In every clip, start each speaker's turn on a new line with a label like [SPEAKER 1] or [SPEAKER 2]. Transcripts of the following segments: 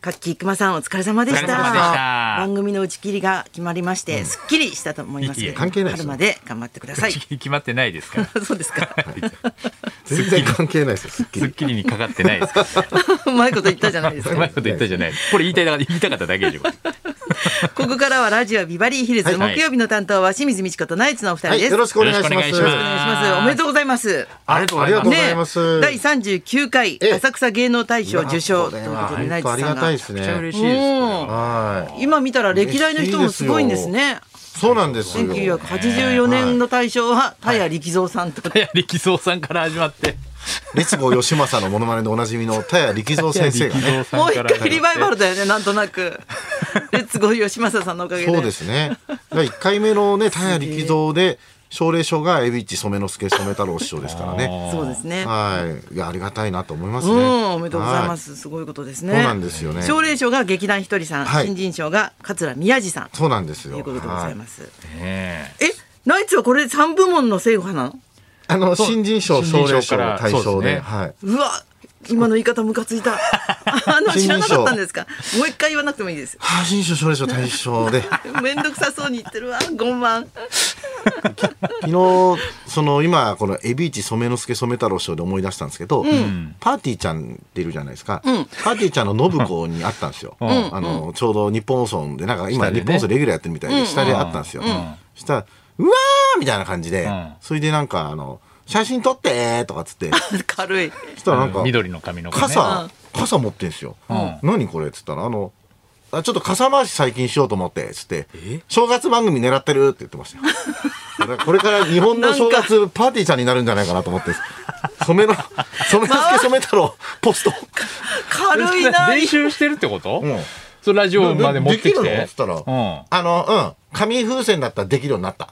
[SPEAKER 1] カッキークマさんお疲れ様でした
[SPEAKER 2] お疲れ様でした
[SPEAKER 1] 番組の打ち切りが決まりまして、すっきりしたと思いますけ
[SPEAKER 2] いえ
[SPEAKER 1] ども
[SPEAKER 2] いえ
[SPEAKER 3] 関係ないです
[SPEAKER 1] 春
[SPEAKER 3] よ
[SPEAKER 1] まで頑張ってください
[SPEAKER 2] 決まってないですか ら。
[SPEAKER 1] そうですか
[SPEAKER 3] 全然関係ないですよ、すっき
[SPEAKER 2] スッ
[SPEAKER 3] り。
[SPEAKER 2] キリにかかってないですから。
[SPEAKER 1] うまいこと言ったじゃないです
[SPEAKER 2] うま
[SPEAKER 1] か
[SPEAKER 2] いこと言ったじゃない。これ言いたいだ言いたかっただけでしょ。これ
[SPEAKER 1] ここからはラジオビバリーヒルズ、
[SPEAKER 2] はい
[SPEAKER 1] 木曜日の担当は清水美智子とナイツのお二
[SPEAKER 3] は
[SPEAKER 1] 人
[SPEAKER 3] い、
[SPEAKER 1] です、
[SPEAKER 3] よろしくお願いします。
[SPEAKER 2] よろしくお願
[SPEAKER 1] お
[SPEAKER 2] いしま
[SPEAKER 1] 願いしますおめでとうございます
[SPEAKER 2] ありがとうございます
[SPEAKER 3] ありがとうございます。
[SPEAKER 1] 第39回
[SPEAKER 3] ええ
[SPEAKER 1] 浅草芸能大賞受賞ということでナ
[SPEAKER 3] 本
[SPEAKER 1] イ
[SPEAKER 3] 当
[SPEAKER 1] ツ
[SPEAKER 3] あり
[SPEAKER 1] さん
[SPEAKER 3] がたい
[SPEAKER 1] が
[SPEAKER 3] です
[SPEAKER 2] めっちゃ
[SPEAKER 3] ね。
[SPEAKER 2] 嬉しいです。
[SPEAKER 1] うん
[SPEAKER 3] はい。
[SPEAKER 1] 今見たら歴代の人もすごいんですね
[SPEAKER 3] そうなんですよ。
[SPEAKER 1] 1984年の大賞は田谷力蔵さんと
[SPEAKER 2] いや力蔵さんから始まって。
[SPEAKER 3] 列郷義政のモノマネでおなじみの田谷力蔵 先生がね。
[SPEAKER 1] もう一回リバイバルだよね、なんとな く。レッツゴー吉政さんのおかげで。
[SPEAKER 3] そうですね。1回目のね、田谷力蔵で、奨励賞がエビッチ染之助染太郎師匠ですからね。
[SPEAKER 1] そうですね。
[SPEAKER 3] はい。いや、ありがたいなと思います
[SPEAKER 1] う
[SPEAKER 3] ね。
[SPEAKER 1] ん、おめでとうございま
[SPEAKER 3] は
[SPEAKER 1] す。すごいことです
[SPEAKER 3] い。
[SPEAKER 1] ね。
[SPEAKER 3] そうなんですよね。
[SPEAKER 1] 奨励賞が劇団ひとりさん、
[SPEAKER 3] はい
[SPEAKER 1] 新人賞が桂宮治さん。
[SPEAKER 3] そうなんですよ。。
[SPEAKER 1] ということでございますす。
[SPEAKER 2] ね
[SPEAKER 1] え、ナイツはこれ三部門の正義派なの。
[SPEAKER 3] あの、新人賞、
[SPEAKER 2] 新人賞
[SPEAKER 3] 奨励賞の対
[SPEAKER 2] そ
[SPEAKER 3] 象
[SPEAKER 2] うです
[SPEAKER 3] で、
[SPEAKER 2] ね
[SPEAKER 3] はい。
[SPEAKER 1] うわ、今の言い方ムカつ いた。あの、
[SPEAKER 3] 新人賞
[SPEAKER 1] 知らなかったんですか。もう一回言わなくてもいいです。
[SPEAKER 3] はあ新書奨励賞対象で昨
[SPEAKER 1] めんどくさそうに言ってるわ、ごまん。
[SPEAKER 3] 日その今このエビーチ染之助染太郎賞で思い出したんですけど、パーティーちゃんっているじゃないですか、パーティーちゃんの信子に会ったんですよ、あのちょうど日本放送でなんか今
[SPEAKER 2] 下で
[SPEAKER 3] 日
[SPEAKER 2] ね
[SPEAKER 3] 本放送レギュラーやってるみたいで下で会ったんですよ、そしたら「うわー!」みたいな感じで、
[SPEAKER 2] ん
[SPEAKER 3] それでなんかあの「写真撮って!」とかっつって
[SPEAKER 1] 軽い。
[SPEAKER 3] そしたらなん
[SPEAKER 2] え
[SPEAKER 3] か
[SPEAKER 2] 緑の髪の毛ね
[SPEAKER 3] 傘、傘持ってんすよ、
[SPEAKER 2] ん
[SPEAKER 3] 何これっつったらあのあちょっと傘回し最近しようと思ってっつって
[SPEAKER 2] え
[SPEAKER 3] 正月番組狙ってるって言ってま したよだからこれから日本の正月パーティーちゃんになるんじゃないかなと思って 染めの染之助染太郎ポスト、
[SPEAKER 1] 軽い な。
[SPEAKER 2] 練習してるってこと
[SPEAKER 3] うん？
[SPEAKER 2] それラジオまで持って
[SPEAKER 3] でき
[SPEAKER 2] き
[SPEAKER 3] るの
[SPEAKER 2] て
[SPEAKER 3] っつ。ったら、
[SPEAKER 2] うん
[SPEAKER 3] あのうん紙風船だったらできるようにな った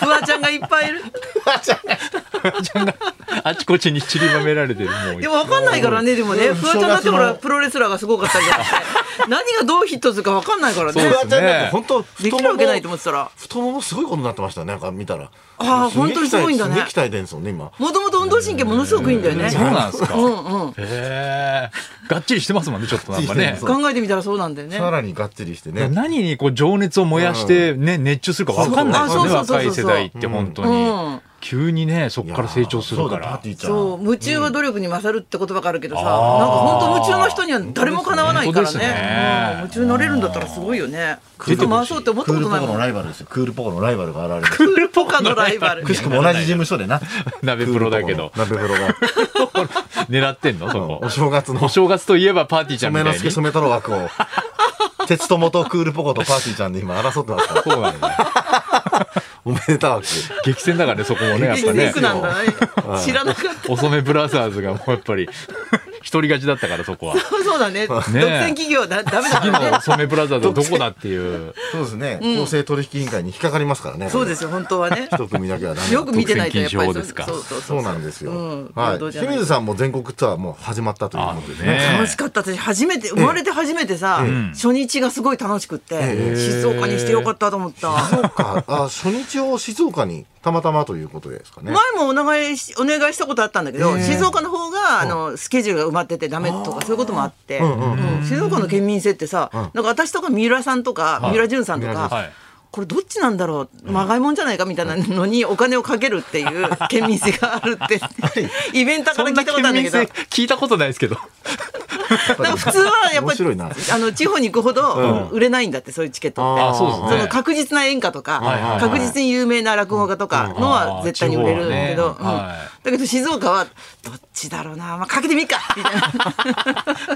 [SPEAKER 1] フワちゃんがいっぱいいる。
[SPEAKER 2] あちこちに散りばめられてるもう。
[SPEAKER 1] でも分かん ないからね、でもね、
[SPEAKER 3] うん
[SPEAKER 1] フワちゃんだってほ
[SPEAKER 3] 正
[SPEAKER 1] ら、
[SPEAKER 3] 月の
[SPEAKER 1] プロレスラーがすごかったじゃん。 何がどうヒットするか分かんないから
[SPEAKER 3] フ
[SPEAKER 2] そう
[SPEAKER 1] ね。
[SPEAKER 3] ワちゃんなんか本当
[SPEAKER 1] できるわけないと思ってたら。
[SPEAKER 3] 太ももすごいことになってましたねなんか見たら
[SPEAKER 1] あー
[SPEAKER 3] げえ
[SPEAKER 1] 本当にすごいんだね
[SPEAKER 3] すげえ鍛えてんすよね今
[SPEAKER 1] もともと運動神経ものすごくいいんだよね。
[SPEAKER 2] そうなんですか。
[SPEAKER 1] うんうん。
[SPEAKER 2] へえ。がっちりしてますもんねちょっとなんかね。
[SPEAKER 3] そう
[SPEAKER 1] 考えてみたらそうなんだよね。
[SPEAKER 3] さらにがっちりしてね
[SPEAKER 2] 何にこう情熱を燃やして、ね、熱中するか分かんないですよね
[SPEAKER 1] そうそうそうそ
[SPEAKER 2] 若
[SPEAKER 1] う
[SPEAKER 2] い世代って本当に、
[SPEAKER 1] うん
[SPEAKER 2] 急にねそこから成長するか
[SPEAKER 3] いやーそうだパー
[SPEAKER 2] ら
[SPEAKER 3] ティーちゃん
[SPEAKER 1] そう、夢中は努力に勝るって言葉があるけどさ、なんか
[SPEAKER 2] あー
[SPEAKER 1] 本当夢中の人には誰もかなわないから
[SPEAKER 2] 本当です
[SPEAKER 1] ね
[SPEAKER 2] ね。
[SPEAKER 1] うん夢中になれるんだったらすごいよね。ずっと回そうって思った
[SPEAKER 3] ク
[SPEAKER 1] こと
[SPEAKER 3] ール
[SPEAKER 1] な
[SPEAKER 3] ポ
[SPEAKER 1] い
[SPEAKER 3] コ
[SPEAKER 1] も
[SPEAKER 3] の
[SPEAKER 1] ん。
[SPEAKER 3] ライバルですよクールポコのライバルが現れる
[SPEAKER 1] クールポカのライバル。
[SPEAKER 3] くしくも同じ事務所でな。
[SPEAKER 2] 鍋プロだけど
[SPEAKER 3] クールポコの鍋プロ
[SPEAKER 2] 狙ってんのそ
[SPEAKER 3] が。
[SPEAKER 2] こ
[SPEAKER 3] お正月の
[SPEAKER 2] お正月といえばパーティーちゃんみた
[SPEAKER 3] 染
[SPEAKER 2] い
[SPEAKER 3] 之
[SPEAKER 2] に
[SPEAKER 3] 助染太郎 枠を。鉄友とクールポコとパーティーちゃんで今争ってますから。
[SPEAKER 2] そうなんだよ
[SPEAKER 3] おめでたわけ。
[SPEAKER 2] 激戦だからねそこもねやっぱ
[SPEAKER 1] ネ
[SPEAKER 2] ね
[SPEAKER 1] ックなんだね。知らなかった。
[SPEAKER 2] 遅めブラザーズがもうやっぱり一人勝ちだったからそこは
[SPEAKER 1] そうだね。独占企業だ、ダメだか
[SPEAKER 2] 次
[SPEAKER 1] らね
[SPEAKER 2] の。遅めブラザーズはどこだっ ていう
[SPEAKER 3] そうですね。公正取引委員会に引っかかりますからね。
[SPEAKER 1] そうですよ、本当はね。
[SPEAKER 3] 一組だけはダメ。
[SPEAKER 1] よく見てないとやっぱり
[SPEAKER 2] 独占禁止法ですか
[SPEAKER 1] そうそうそ
[SPEAKER 3] そううなんですよ。
[SPEAKER 1] うん
[SPEAKER 3] はい。
[SPEAKER 1] 平等じゃない
[SPEAKER 3] 清水さんも全国ツアーもう始まったということでね。
[SPEAKER 2] あね
[SPEAKER 1] 楽しかった私初めて生まれて初めてさ、初日がすごい楽しくって、静岡にしてよかったと思った、
[SPEAKER 3] 静岡、あ、初日を静岡にたまたまということですかね。
[SPEAKER 1] 前もお願いしお願いしたことあったんだけど、静岡の方があのスケジュールが埋まっててダメとかそういうこともあって、うん静岡の県民性ってさ、なんか私とか三浦さんとか、三浦淳さんとか、
[SPEAKER 2] はい
[SPEAKER 1] これどっちなんだろうまがいもんじゃないかみたいなのにお金をかけるって いう県民性があるってイベントか
[SPEAKER 2] そ
[SPEAKER 1] ら聞い
[SPEAKER 2] んな
[SPEAKER 1] たこ
[SPEAKER 2] 県
[SPEAKER 1] とあるんだ
[SPEAKER 2] 民
[SPEAKER 1] けど
[SPEAKER 2] 性聞いたことないですけど
[SPEAKER 1] なんか普通はやっぱ
[SPEAKER 3] 面白い
[SPEAKER 1] り
[SPEAKER 3] な
[SPEAKER 1] あの地方に行くほど売れないんだってそういうチケットって。
[SPEAKER 3] あー
[SPEAKER 2] あそうです
[SPEAKER 1] そ
[SPEAKER 2] ね
[SPEAKER 1] の確実な演歌とか、
[SPEAKER 2] はいはいはい
[SPEAKER 1] 確実に有名な落語家とかのは絶対に売れるけど、
[SPEAKER 2] うんあー地方はね
[SPEAKER 1] う
[SPEAKER 2] はい
[SPEAKER 1] んだけど静岡はどっちだろうな、まあ、かけてみっかみたい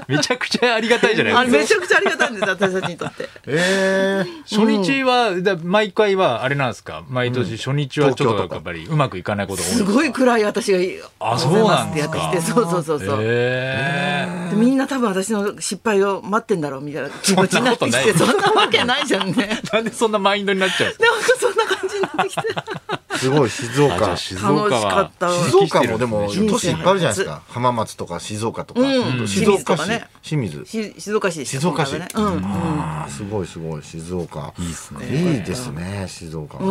[SPEAKER 2] めちゃくちゃありがたいじゃ
[SPEAKER 1] な
[SPEAKER 2] な
[SPEAKER 1] あ
[SPEAKER 2] い
[SPEAKER 1] れ
[SPEAKER 2] で
[SPEAKER 1] め
[SPEAKER 2] す
[SPEAKER 1] ち
[SPEAKER 2] か
[SPEAKER 1] ゃくちゃありがたいんです私たちにとって
[SPEAKER 3] ええ
[SPEAKER 2] 初日はだ毎回はあれなんですか毎年初日はちょっとなんかやっぱりうまくいかないことが多い
[SPEAKER 1] すごい暗い私がいいよ
[SPEAKER 2] あそうなんですか
[SPEAKER 1] おはようございますってやってきてそうそうそうそう、
[SPEAKER 2] へ
[SPEAKER 1] でみんな多分私の失敗を待ってんだろうみたいな気持ちになってきてそ
[SPEAKER 2] そ
[SPEAKER 1] んなわけないじ ゃんねなんか
[SPEAKER 2] ーなんでそんなマインドになっちゃうんですか
[SPEAKER 1] そんな感じになってきて
[SPEAKER 3] すごい静
[SPEAKER 2] あじゃ
[SPEAKER 3] 岡
[SPEAKER 2] あ。静
[SPEAKER 1] 楽
[SPEAKER 2] 岡
[SPEAKER 1] しかっ
[SPEAKER 2] は
[SPEAKER 1] たわ
[SPEAKER 3] 静岡もでも
[SPEAKER 2] 生
[SPEAKER 1] きてるんですね
[SPEAKER 3] 都市いっぱいあるじゃないですか浜松とか静岡とか、
[SPEAKER 1] うん
[SPEAKER 3] 静岡
[SPEAKER 1] 清水と
[SPEAKER 3] 市
[SPEAKER 1] かね
[SPEAKER 3] 清水
[SPEAKER 1] し静岡市でした
[SPEAKER 3] 静岡市
[SPEAKER 1] 今回はねうん
[SPEAKER 3] ああすごいすごい静岡いいですねいいですね静岡は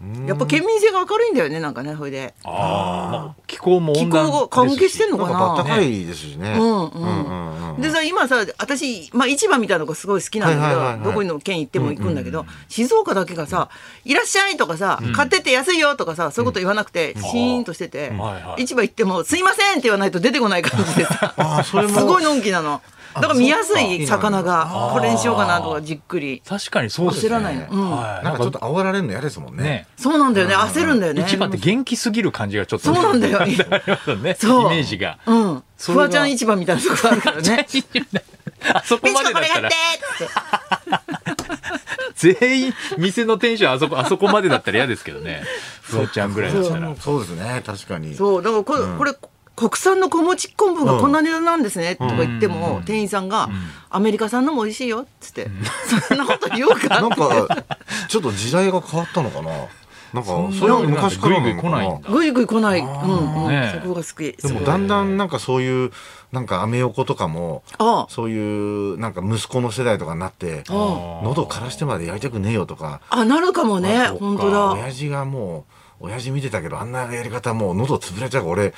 [SPEAKER 3] ね
[SPEAKER 1] うん、やっぱ県民性が明るいんだよねなんかねそれで
[SPEAKER 2] あーまあ気候も
[SPEAKER 1] 気
[SPEAKER 2] 温暖
[SPEAKER 1] 候が関係してん
[SPEAKER 2] る
[SPEAKER 1] の
[SPEAKER 3] なん
[SPEAKER 1] か
[SPEAKER 3] かあ
[SPEAKER 1] な
[SPEAKER 3] ったかいですしね
[SPEAKER 1] うんうん
[SPEAKER 3] うんうん
[SPEAKER 1] でさ今さ私、まあ、市場みたいなのがすごい好きなんだけど、
[SPEAKER 3] はいはいはいはい
[SPEAKER 1] どこの県行っても行くんだけど、静岡だけがさ「いらっしゃい」とかさ「買ってって安いよ」とかさそういうこと言わなくて、シーンとしてて、
[SPEAKER 2] はいはい
[SPEAKER 1] 市場行っても「すいません」って言わないと出てこない感じで さ
[SPEAKER 3] あーそれも
[SPEAKER 1] すごいのんきなの。だから見やすい
[SPEAKER 3] そっか
[SPEAKER 1] 魚がこれにしようかなとかじっくり
[SPEAKER 2] 確かにそうですね。
[SPEAKER 1] 焦らないのうん
[SPEAKER 2] はい。な
[SPEAKER 3] な
[SPEAKER 2] んん
[SPEAKER 3] かちょっ
[SPEAKER 2] か
[SPEAKER 3] と煽られるの嫌ですもんね
[SPEAKER 2] ね、
[SPEAKER 1] そうなんだよね焦るんだよね
[SPEAKER 2] 市場って元気すぎる感じがちょっと
[SPEAKER 1] そうなんだよ
[SPEAKER 2] ありますよね。
[SPEAKER 1] そう
[SPEAKER 2] イメージが。
[SPEAKER 1] うん
[SPEAKER 2] そ
[SPEAKER 1] フ
[SPEAKER 2] れが
[SPEAKER 1] ワちゃん市場みたいなとこあるから ね
[SPEAKER 2] あそこ
[SPEAKER 1] みち
[SPEAKER 2] ま
[SPEAKER 1] ここ
[SPEAKER 2] でだっ
[SPEAKER 1] れや
[SPEAKER 2] た
[SPEAKER 1] って
[SPEAKER 2] ら
[SPEAKER 1] っ、つって
[SPEAKER 2] 全員、店の店主あそこ、あそこまでだったら嫌ですけどね。フワちゃんぐらいだったら。
[SPEAKER 3] そうですね確かに
[SPEAKER 1] そうだからこれ,、これ国産の小餅昆布がこんな値段なんですね、とか言っても、店員さんが、アメリカ産のも美味しいよ」っつって、 そんなこと言おうか
[SPEAKER 3] なんかちょっと時代が変わったのかななんかそれは昔からなのか
[SPEAKER 2] ぐいぐい来ないん
[SPEAKER 3] な
[SPEAKER 2] だ
[SPEAKER 1] ぐいぐい来ない、うんうん
[SPEAKER 2] ねえ
[SPEAKER 1] そこが好き
[SPEAKER 3] でもだんだんなんかそういうなんかアメ横とかも
[SPEAKER 1] ああ
[SPEAKER 3] そういうなんか息子の世代とかになって
[SPEAKER 1] あ
[SPEAKER 3] 喉枯らしてまでやりたくねえよとか
[SPEAKER 1] あなるかもね
[SPEAKER 3] あそうか
[SPEAKER 1] 本当だ
[SPEAKER 3] 親父がもう親父見てたけどあんなやり方もう喉潰れちゃうから俺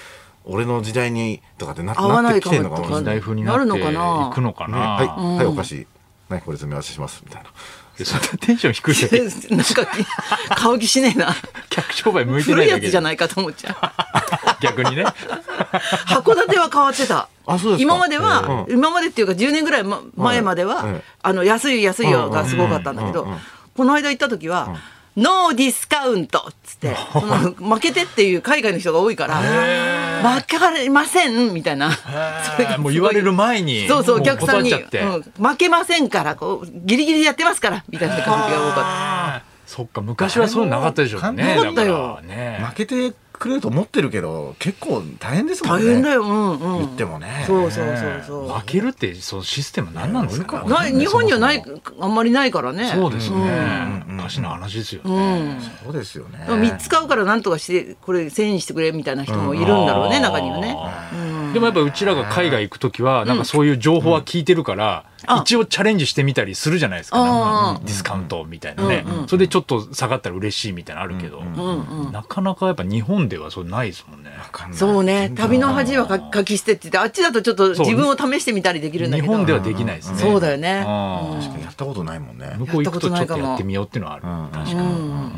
[SPEAKER 3] 俺の時代にとかってな
[SPEAKER 1] 合わ
[SPEAKER 3] な
[SPEAKER 1] な
[SPEAKER 3] って
[SPEAKER 1] い
[SPEAKER 3] き
[SPEAKER 1] か
[SPEAKER 3] て
[SPEAKER 1] も
[SPEAKER 3] んのかもしれ
[SPEAKER 1] と
[SPEAKER 3] な
[SPEAKER 1] か
[SPEAKER 3] いね
[SPEAKER 2] 財布になっていくのかな。
[SPEAKER 3] はい、
[SPEAKER 1] ん
[SPEAKER 3] はいお菓子ねこれ詰め合わせしますみたいな
[SPEAKER 2] そんなテンション 低 い。
[SPEAKER 1] なんか買う気しねえな
[SPEAKER 2] 客商売向いてな
[SPEAKER 1] 古
[SPEAKER 2] い
[SPEAKER 1] い
[SPEAKER 2] だ
[SPEAKER 1] や
[SPEAKER 2] け
[SPEAKER 1] つじゃ
[SPEAKER 2] で。
[SPEAKER 1] ないかと思っちゃう
[SPEAKER 2] 逆にね。
[SPEAKER 1] 函館は変わってた。
[SPEAKER 3] あそうですか
[SPEAKER 1] 今までは、
[SPEAKER 3] う
[SPEAKER 1] 今までっていうか10年ぐらいま前までは、
[SPEAKER 3] はい
[SPEAKER 1] あの安い安いよがすごかったんだけど、
[SPEAKER 3] うんうんうん
[SPEAKER 1] この間行った時は、ノーディスカウントっつって、その負けてっていう海外の人が多いから、負かれませんみたいな。 それがすごい
[SPEAKER 2] もう言われる前に。
[SPEAKER 1] そうそう、お
[SPEAKER 2] も
[SPEAKER 1] 客さんに、
[SPEAKER 2] 断っちゃって
[SPEAKER 1] うん負けませんから、こう、ギリギリやってますから、みたいな感じが多かっ
[SPEAKER 2] あーそっか、昔はそういうのなかったでしょうね。
[SPEAKER 1] なかったよ
[SPEAKER 2] だらね
[SPEAKER 3] 負けてくれると思ってるけど結構大変です
[SPEAKER 1] た。
[SPEAKER 3] もん
[SPEAKER 1] 大
[SPEAKER 3] ね
[SPEAKER 1] 変だよ、うんうん。
[SPEAKER 3] 言ってもね
[SPEAKER 1] そうそうそうそう。
[SPEAKER 2] 負けるって、そのシステム何なんですかね
[SPEAKER 1] ない日本にはないあんまりないからね。
[SPEAKER 2] そうですね
[SPEAKER 3] う。ん
[SPEAKER 2] おかしな話ですよね。
[SPEAKER 3] そうですよね
[SPEAKER 1] でも3つ買うからなんとかしてこれ1000円してくれみたいな人もいるんだろうね、
[SPEAKER 2] あー
[SPEAKER 1] 中にはね。
[SPEAKER 2] でもやっぱうちらが海外行く時はなんかそういう情報は聞いてるから、
[SPEAKER 1] あ
[SPEAKER 2] 一応チャレンジしてみたりするじゃないですか
[SPEAKER 1] あ
[SPEAKER 2] なん
[SPEAKER 1] あ
[SPEAKER 2] かディスカウントみたいなね、それでちょっと下がったら嬉しいみたいなのあるけど、なかなかやっぱ日本ではそれないですもんね。
[SPEAKER 1] そうね旅の恥はか
[SPEAKER 3] き
[SPEAKER 1] 書き捨てって言ってあっちだとちょっと
[SPEAKER 2] そう
[SPEAKER 1] 自分を試してみたりできるんだ
[SPEAKER 2] 日
[SPEAKER 1] けど
[SPEAKER 2] 本ではできないですね。
[SPEAKER 1] そうだよね
[SPEAKER 2] ああ
[SPEAKER 3] やったことないもんね
[SPEAKER 2] 向こう行くとちょっとやってみようっていうのはある。
[SPEAKER 3] うん確かに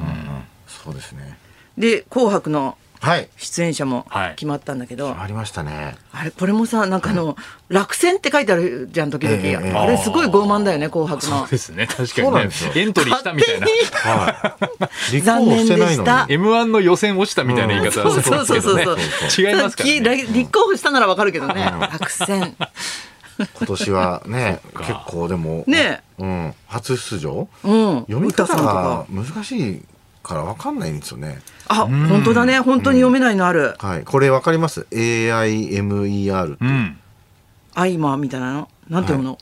[SPEAKER 3] そうですね
[SPEAKER 1] で「紅白」の
[SPEAKER 3] はい
[SPEAKER 1] 出演者も
[SPEAKER 2] はい
[SPEAKER 1] 決まったんだけど、
[SPEAKER 3] ありましたね
[SPEAKER 1] あれこれもさなんかあの落選って書いてあるじゃん時々、
[SPEAKER 3] ええええ
[SPEAKER 1] あれすごい傲慢だよね「紅白」
[SPEAKER 2] そ
[SPEAKER 1] の
[SPEAKER 2] う。ですね確か
[SPEAKER 3] そう
[SPEAKER 2] に
[SPEAKER 3] なん
[SPEAKER 2] ね
[SPEAKER 3] ですよ
[SPEAKER 2] エントリーしたみたいな
[SPEAKER 1] 勝手に
[SPEAKER 3] はい立
[SPEAKER 1] 残
[SPEAKER 3] 候補
[SPEAKER 1] 念
[SPEAKER 3] し
[SPEAKER 1] で
[SPEAKER 3] て
[SPEAKER 1] した
[SPEAKER 3] ないのに
[SPEAKER 2] M1 の予選落ちたみたいな言い方
[SPEAKER 1] そう
[SPEAKER 2] する
[SPEAKER 1] そ
[SPEAKER 2] ん
[SPEAKER 1] う
[SPEAKER 2] です
[SPEAKER 1] そう
[SPEAKER 2] け
[SPEAKER 1] そ
[SPEAKER 2] ど
[SPEAKER 1] う
[SPEAKER 2] ね
[SPEAKER 1] そう。
[SPEAKER 2] 違いますからね。
[SPEAKER 1] き立候補したならわかるけどね。落選。
[SPEAKER 3] 今年は ね
[SPEAKER 2] か
[SPEAKER 3] 結構でも
[SPEAKER 1] ね
[SPEAKER 3] うん初出場
[SPEAKER 1] うん。
[SPEAKER 3] 読み
[SPEAKER 1] 歌
[SPEAKER 3] 方
[SPEAKER 1] さんとか
[SPEAKER 3] が。難しいからわかんないんですよね
[SPEAKER 1] あ、本当だね。本当に読めないのある。
[SPEAKER 3] はいこれわかります AIMER って
[SPEAKER 2] うん。
[SPEAKER 1] アイマーみたいなの。なんて読むの。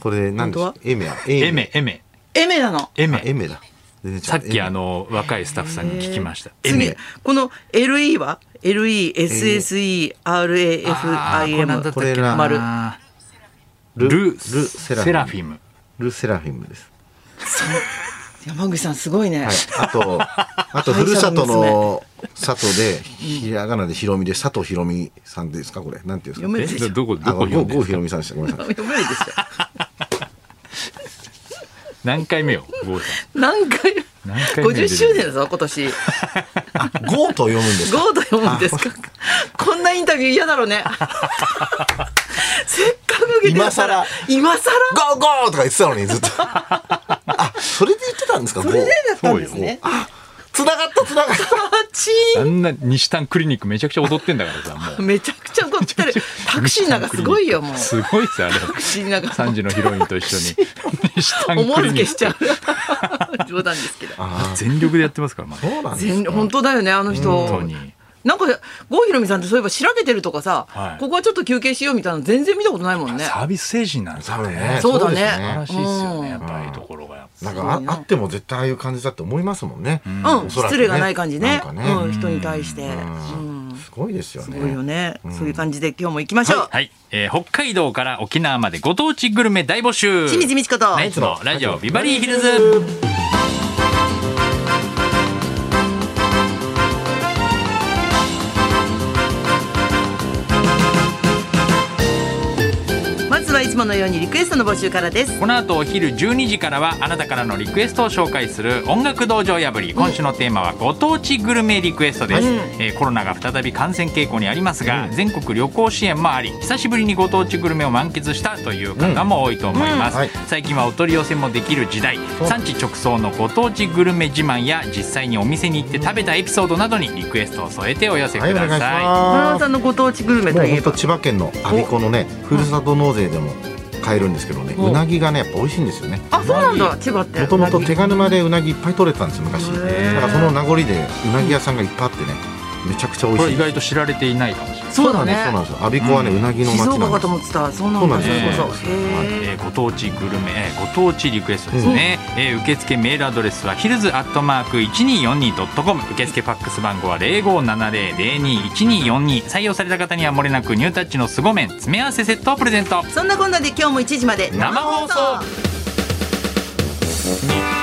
[SPEAKER 3] これ何でしょう
[SPEAKER 1] 本当
[SPEAKER 3] エメや
[SPEAKER 2] エメエメ
[SPEAKER 1] エメなの。
[SPEAKER 2] エ
[SPEAKER 3] あエ
[SPEAKER 2] メ。
[SPEAKER 3] メだ全然違う
[SPEAKER 2] さっきあ
[SPEAKER 3] エメ
[SPEAKER 2] の若いスタッフさんに聞きました。エ
[SPEAKER 1] 次
[SPEAKER 2] メ。
[SPEAKER 1] この LE は LESSERAFIM
[SPEAKER 3] これな
[SPEAKER 1] 丸
[SPEAKER 2] ル
[SPEAKER 3] ル
[SPEAKER 2] セ
[SPEAKER 3] セ
[SPEAKER 2] ラ
[SPEAKER 3] ラ
[SPEAKER 2] フ
[SPEAKER 3] フ
[SPEAKER 2] ィ
[SPEAKER 3] ィ
[SPEAKER 2] ム。
[SPEAKER 3] ルセラフィムです
[SPEAKER 1] 山口さんすごいね
[SPEAKER 3] はい、あと、あと、ふるさとの佐藤で、ひらがなでひろみで、佐藤ひろみさんですか、これ。なんていう
[SPEAKER 1] 読
[SPEAKER 3] んですか。
[SPEAKER 1] め
[SPEAKER 2] え
[SPEAKER 1] るでしょ
[SPEAKER 2] どこ
[SPEAKER 3] あ、
[SPEAKER 2] どこ
[SPEAKER 3] ご
[SPEAKER 2] 読んでん
[SPEAKER 3] 郷
[SPEAKER 2] です
[SPEAKER 3] ひ
[SPEAKER 2] か
[SPEAKER 3] ろみさんでした。ごめんなさい。
[SPEAKER 1] 読めるでし
[SPEAKER 2] 何回目よ郷さ
[SPEAKER 1] ょ何回
[SPEAKER 2] 何回目
[SPEAKER 1] 50周年だぞ今年
[SPEAKER 3] ゴーと読むんですか。
[SPEAKER 1] ゴーと読むんですかこんなインタビュー嫌だろうねせっかく受けてたから今更
[SPEAKER 3] ゴーゴーとか言ってたのに、ずっと。あ、それで言ってたんですか。
[SPEAKER 1] それでだったんですねあ
[SPEAKER 3] つながった、つながった。
[SPEAKER 1] ち
[SPEAKER 2] ん。あんな西丹クリニックめちゃくちゃ踊ってんだからさも
[SPEAKER 1] ー
[SPEAKER 2] う。
[SPEAKER 1] めちゃくちゃ怒ってるタクシーなんかすごいよもう
[SPEAKER 2] すごいさあれ。
[SPEAKER 1] タクシーなんか
[SPEAKER 2] 三時のヒロインと一緒 に西丹
[SPEAKER 1] 思
[SPEAKER 2] ク
[SPEAKER 1] わ
[SPEAKER 2] リ
[SPEAKER 1] ず
[SPEAKER 2] ニ
[SPEAKER 1] 消
[SPEAKER 2] ッ
[SPEAKER 1] し
[SPEAKER 2] ク
[SPEAKER 1] ちゃう冗談ですけど
[SPEAKER 2] 全力でやってますからま
[SPEAKER 3] そうなんです
[SPEAKER 1] 全
[SPEAKER 3] か。
[SPEAKER 1] 本当だよねあの
[SPEAKER 2] 本当
[SPEAKER 1] 人
[SPEAKER 2] に。
[SPEAKER 1] なんか郷ひろみさんってそういえば調べてるとかさ、
[SPEAKER 2] はい
[SPEAKER 1] ここはちょっと休憩しようみたいなの全然見たことないもんね
[SPEAKER 2] サービス精神なんです
[SPEAKER 3] 多
[SPEAKER 2] よ
[SPEAKER 3] 分
[SPEAKER 2] ね。
[SPEAKER 3] ね。
[SPEAKER 1] そうだね
[SPEAKER 3] です
[SPEAKER 2] 素晴らしいですよねやっぱりところが。
[SPEAKER 3] なんかああっても絶対ああいう感じだって思いますもんね。う
[SPEAKER 1] うん、失礼がない感じね
[SPEAKER 3] なんか
[SPEAKER 1] うん、
[SPEAKER 3] ね。
[SPEAKER 1] 人に対して、
[SPEAKER 3] うんすごいですよ
[SPEAKER 1] すごいよ
[SPEAKER 3] ね。
[SPEAKER 1] ね、そういう感じで今日も行きましょう、
[SPEAKER 2] はい、えー北海道から沖縄までご当地グルメ大募集
[SPEAKER 1] 清水美智子と、
[SPEAKER 2] ナイツのラジオビバリーヒルズ
[SPEAKER 1] まいつものようにリクエストの募集からです
[SPEAKER 2] この後お昼12時からはあなたからのリクエストを紹介する音楽道場破り今週のテーマはご当地グルメリクエストです、えーコロナが再び感染傾向にありますが、全国旅行支援もあり久しぶりにご当地グルメを満喫したという方も多いと思います、
[SPEAKER 3] うんはい
[SPEAKER 2] 最近はお取り寄せもできる時代産地直送のご当地グルメ自慢や実際にお店に行って食べたエピソードなどにリクエストを添えてお寄せく
[SPEAKER 3] はい、お願
[SPEAKER 2] だ
[SPEAKER 3] いし
[SPEAKER 2] さい、
[SPEAKER 1] 花輪
[SPEAKER 3] ます
[SPEAKER 1] さんのご当地グルメ
[SPEAKER 3] も
[SPEAKER 1] とい
[SPEAKER 3] う
[SPEAKER 1] え
[SPEAKER 3] 本当
[SPEAKER 1] ば
[SPEAKER 3] 千葉県の我孫子のねふるさと納税でも買えるんですけどね
[SPEAKER 1] お
[SPEAKER 3] うなぎがねやっぱ美味しいんですよね
[SPEAKER 1] あそうなんだ千葉って
[SPEAKER 3] もともと手賀沼でうなぎいっぱい取れてたんですよ昔だ
[SPEAKER 1] へー
[SPEAKER 3] からその名残でうなぎ屋さんがいっぱいあってねめちゃくちゃ美
[SPEAKER 2] こ
[SPEAKER 3] 味
[SPEAKER 2] れ意
[SPEAKER 3] しい
[SPEAKER 2] 外と知られていないかもしれない、
[SPEAKER 1] そうだね
[SPEAKER 3] そうなんですよ我孫子はねうなぎの
[SPEAKER 1] 静
[SPEAKER 3] 町な
[SPEAKER 1] 岡
[SPEAKER 3] ん
[SPEAKER 1] か
[SPEAKER 3] です
[SPEAKER 1] と
[SPEAKER 3] よ
[SPEAKER 1] 思ってたそうなんだ
[SPEAKER 3] そうなんです
[SPEAKER 2] よ
[SPEAKER 1] そうそうへ
[SPEAKER 2] えーご当地グルメ、えーご当地リクエストですね、えー受付メールアドレスはヒルズアットマーク 1242.com 受付ファックス番号は0570021242採用された方にはもれなくニュータッチの凄麺詰め合わせセットをプレゼント
[SPEAKER 1] ーそんなこんなで今日も1時まで
[SPEAKER 2] 生放送日